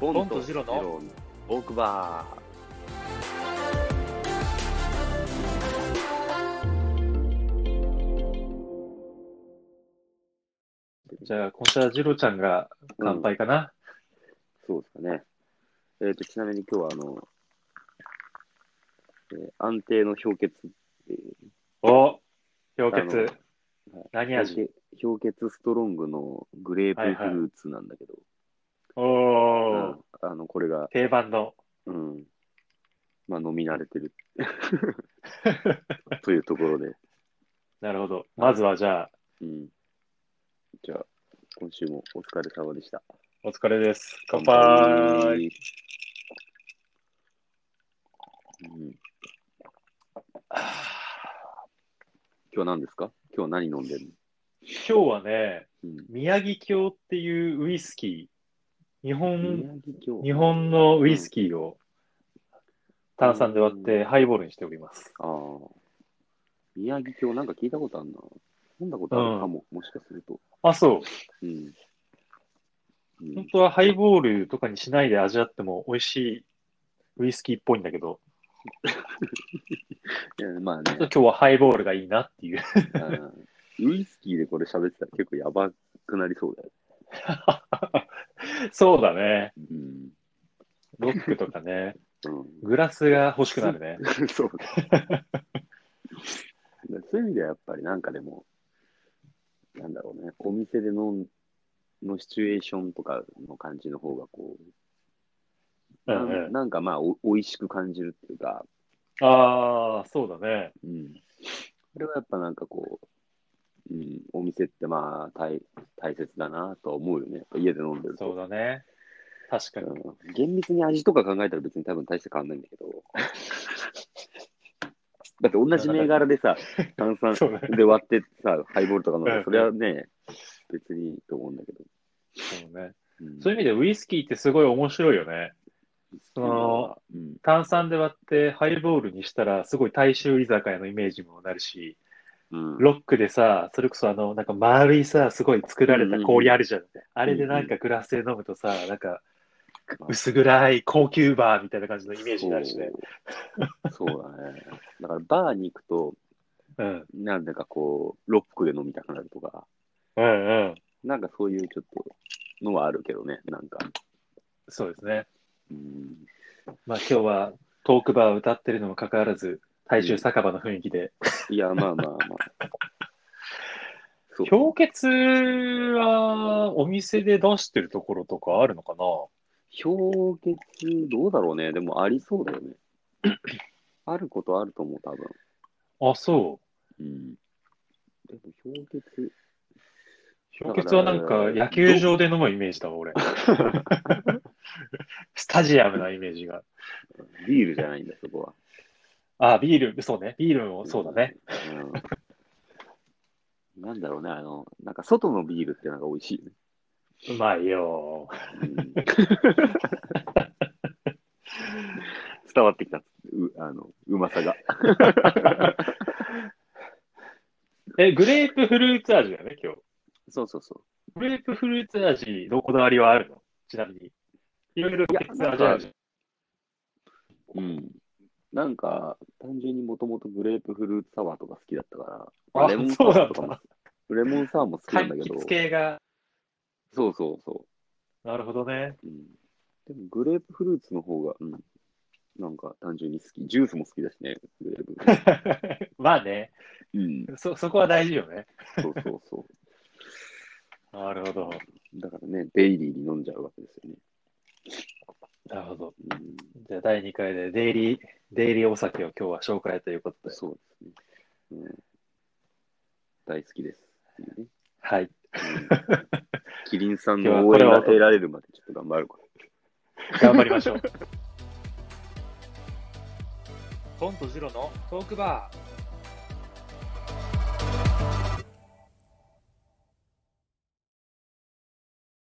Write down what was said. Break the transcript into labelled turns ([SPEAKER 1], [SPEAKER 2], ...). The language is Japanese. [SPEAKER 1] ボ
[SPEAKER 2] ボ
[SPEAKER 1] ン
[SPEAKER 2] ン
[SPEAKER 1] と
[SPEAKER 2] と
[SPEAKER 1] ジ
[SPEAKER 2] ジ
[SPEAKER 1] ロ
[SPEAKER 2] ロ
[SPEAKER 1] の
[SPEAKER 2] の
[SPEAKER 1] オークバ
[SPEAKER 2] じゃあ、今週はジロちゃんが
[SPEAKER 1] ー。
[SPEAKER 2] 乾杯かな。
[SPEAKER 1] うん。そうですかね。えっ、と、ちなみに今日は、あの、えー安定の氷結、えー
[SPEAKER 2] お氷結
[SPEAKER 1] あのはい。
[SPEAKER 2] 何味
[SPEAKER 1] 氷結ストロングのグレープフルーツなんだけど、
[SPEAKER 2] お
[SPEAKER 1] うん
[SPEAKER 2] お
[SPEAKER 1] あの、これが、
[SPEAKER 2] 定番の。
[SPEAKER 1] うん、まあ飲み慣れて るというところで、
[SPEAKER 2] なるほど。まずはじゃあ、
[SPEAKER 1] うん。じゃあ、今週もお疲れ様でした。
[SPEAKER 2] お疲れです。乾
[SPEAKER 1] う
[SPEAKER 2] 杯。
[SPEAKER 1] ん今日何ですか今日何飲んでる
[SPEAKER 2] 今日はね、
[SPEAKER 1] の、
[SPEAKER 2] 宮城郷っていうウイスキー、日
[SPEAKER 1] う
[SPEAKER 2] 本、
[SPEAKER 1] ん、宮城今
[SPEAKER 2] 日本のウイスキーを炭酸で割っ
[SPEAKER 1] う
[SPEAKER 2] てハイボールにしております。
[SPEAKER 1] ああ。宮城京なんか聞いたことあるな。飲んだことあるかも、もしかすると。
[SPEAKER 2] あ、そう。
[SPEAKER 1] うん。うん
[SPEAKER 2] 本当はハイボールとかにしないで味わっても美味しいウイスキーっぽいんだけど、
[SPEAKER 1] いやまあ
[SPEAKER 2] ちょ
[SPEAKER 1] ね
[SPEAKER 2] っと今日はハイボールがいいなっていう。
[SPEAKER 1] うんウイスキーでこれ喋ってたら結構やばくなりそうだよ。
[SPEAKER 2] そうだね。
[SPEAKER 1] うん。
[SPEAKER 2] ロックとかね。
[SPEAKER 1] う
[SPEAKER 2] グラスが欲しくなるね。
[SPEAKER 1] ん、 そうだ。そういう意味ではやっぱりなんかでも、なんだろうね、お店で飲んのシチュエーションとかの感じの方がこう、
[SPEAKER 2] う
[SPEAKER 1] なん
[SPEAKER 2] んうん、
[SPEAKER 1] なんかまあお、美味しく感じるっていうか、
[SPEAKER 2] ああ、そうだね。
[SPEAKER 1] うん。それはやっぱなんかこう、うん、お店ってまあ大大切だなとは思うよね。やっぱ家で飲んでると。
[SPEAKER 2] そうだね。確かに。
[SPEAKER 1] うん、厳密に味とか考えたら別に多分大して変わんないんだけ ど。だって同じ銘柄で さ、炭酸
[SPEAKER 2] そうだね。
[SPEAKER 1] で割ってさ、ハイボールとか飲ん
[SPEAKER 2] う
[SPEAKER 1] で
[SPEAKER 2] んう、ん
[SPEAKER 1] それはね、別にいいと思うんだけど。
[SPEAKER 2] そうね
[SPEAKER 1] うん
[SPEAKER 2] そういう意味でウイスキーってすごい面白いよね。その
[SPEAKER 1] うん、
[SPEAKER 2] 炭酸で割ってハイボールにしたらすごい大衆居酒屋のイメージにもなるし、
[SPEAKER 1] うん、
[SPEAKER 2] ロックでさ、それこそあの、なんか丸いさ、すごい作られた氷あるじゃん。あれでなんかグラスで飲むとさ、なんか薄暗い高級バーみたいな感じのイメージになるしね。
[SPEAKER 1] そうそうだね。だからバーに行くと、
[SPEAKER 2] うん。
[SPEAKER 1] なんだかこう、ロックで飲みたくなるとか、
[SPEAKER 2] うんうん。
[SPEAKER 1] なんかそういうちょっとのはあるけどね、なんか。
[SPEAKER 2] そうですね。
[SPEAKER 1] うん、
[SPEAKER 2] まあ今日はトークバーを歌ってるのもかかわらず、大衆酒場の雰囲気で。
[SPEAKER 1] いや、まあまあまあ。そう
[SPEAKER 2] 氷結はお店で出してるところとかあるのかな
[SPEAKER 1] 氷結、どうだろうね。でもありそうだよね。あることあると思う、多分。
[SPEAKER 2] あ、そう。
[SPEAKER 1] うん。でも氷結、
[SPEAKER 2] 氷結はなんか野球場で飲むイメージだわ、 俺。スタジアムなイメージが。
[SPEAKER 1] ビールじゃないんだ、そこは。
[SPEAKER 2] あ、ビール、そうね。ビールもそうだね。
[SPEAKER 1] うん。なんだろうね、あの、なんか外のビールってなんか美味しいね。
[SPEAKER 2] うまいよ。
[SPEAKER 1] うん、伝わってきた、うあの、うまさが。
[SPEAKER 2] え、グレープフルーツ味だよね、今日。
[SPEAKER 1] そうそうそう。
[SPEAKER 2] グレープフルーツ味のこだわりはあるのちなみに。いろいろ別の味あるじ
[SPEAKER 1] うん。なんか、単純にもともとグレープフルーツサワーとか好きだったか
[SPEAKER 2] ゃ
[SPEAKER 1] ら、
[SPEAKER 2] ん。あ
[SPEAKER 1] レモン、サ
[SPEAKER 2] そうな
[SPEAKER 1] ワー
[SPEAKER 2] ん
[SPEAKER 1] とかも
[SPEAKER 2] だ。、
[SPEAKER 1] レモンサワーも好きなんだ
[SPEAKER 2] 柑
[SPEAKER 1] けど
[SPEAKER 2] 橘、系が。
[SPEAKER 1] そうそうそ
[SPEAKER 2] なるほどね。
[SPEAKER 1] う。うん、でも、グレープフルーツの方が、うん、なんか単純に好き。ジュースも好きだしね、グレープフルーツ。
[SPEAKER 2] まあね、
[SPEAKER 1] うん、
[SPEAKER 2] そ、そこは大事よね。
[SPEAKER 1] そうそうそ
[SPEAKER 2] なるほど。
[SPEAKER 1] う。だからね、デイリーに飲んじゃうわけですよね。
[SPEAKER 2] なるほど。
[SPEAKER 1] うん、
[SPEAKER 2] じゃあ、第2回でデイリー、デイリーお酒を今日は紹介ということで。
[SPEAKER 1] そうですね。うん、大好きですっていうね。
[SPEAKER 2] はい。
[SPEAKER 1] うん、キリンさんの応援が得られるまでちょっと頑張るから。
[SPEAKER 2] 頑 張りましょう。ポンとジロのトークバー。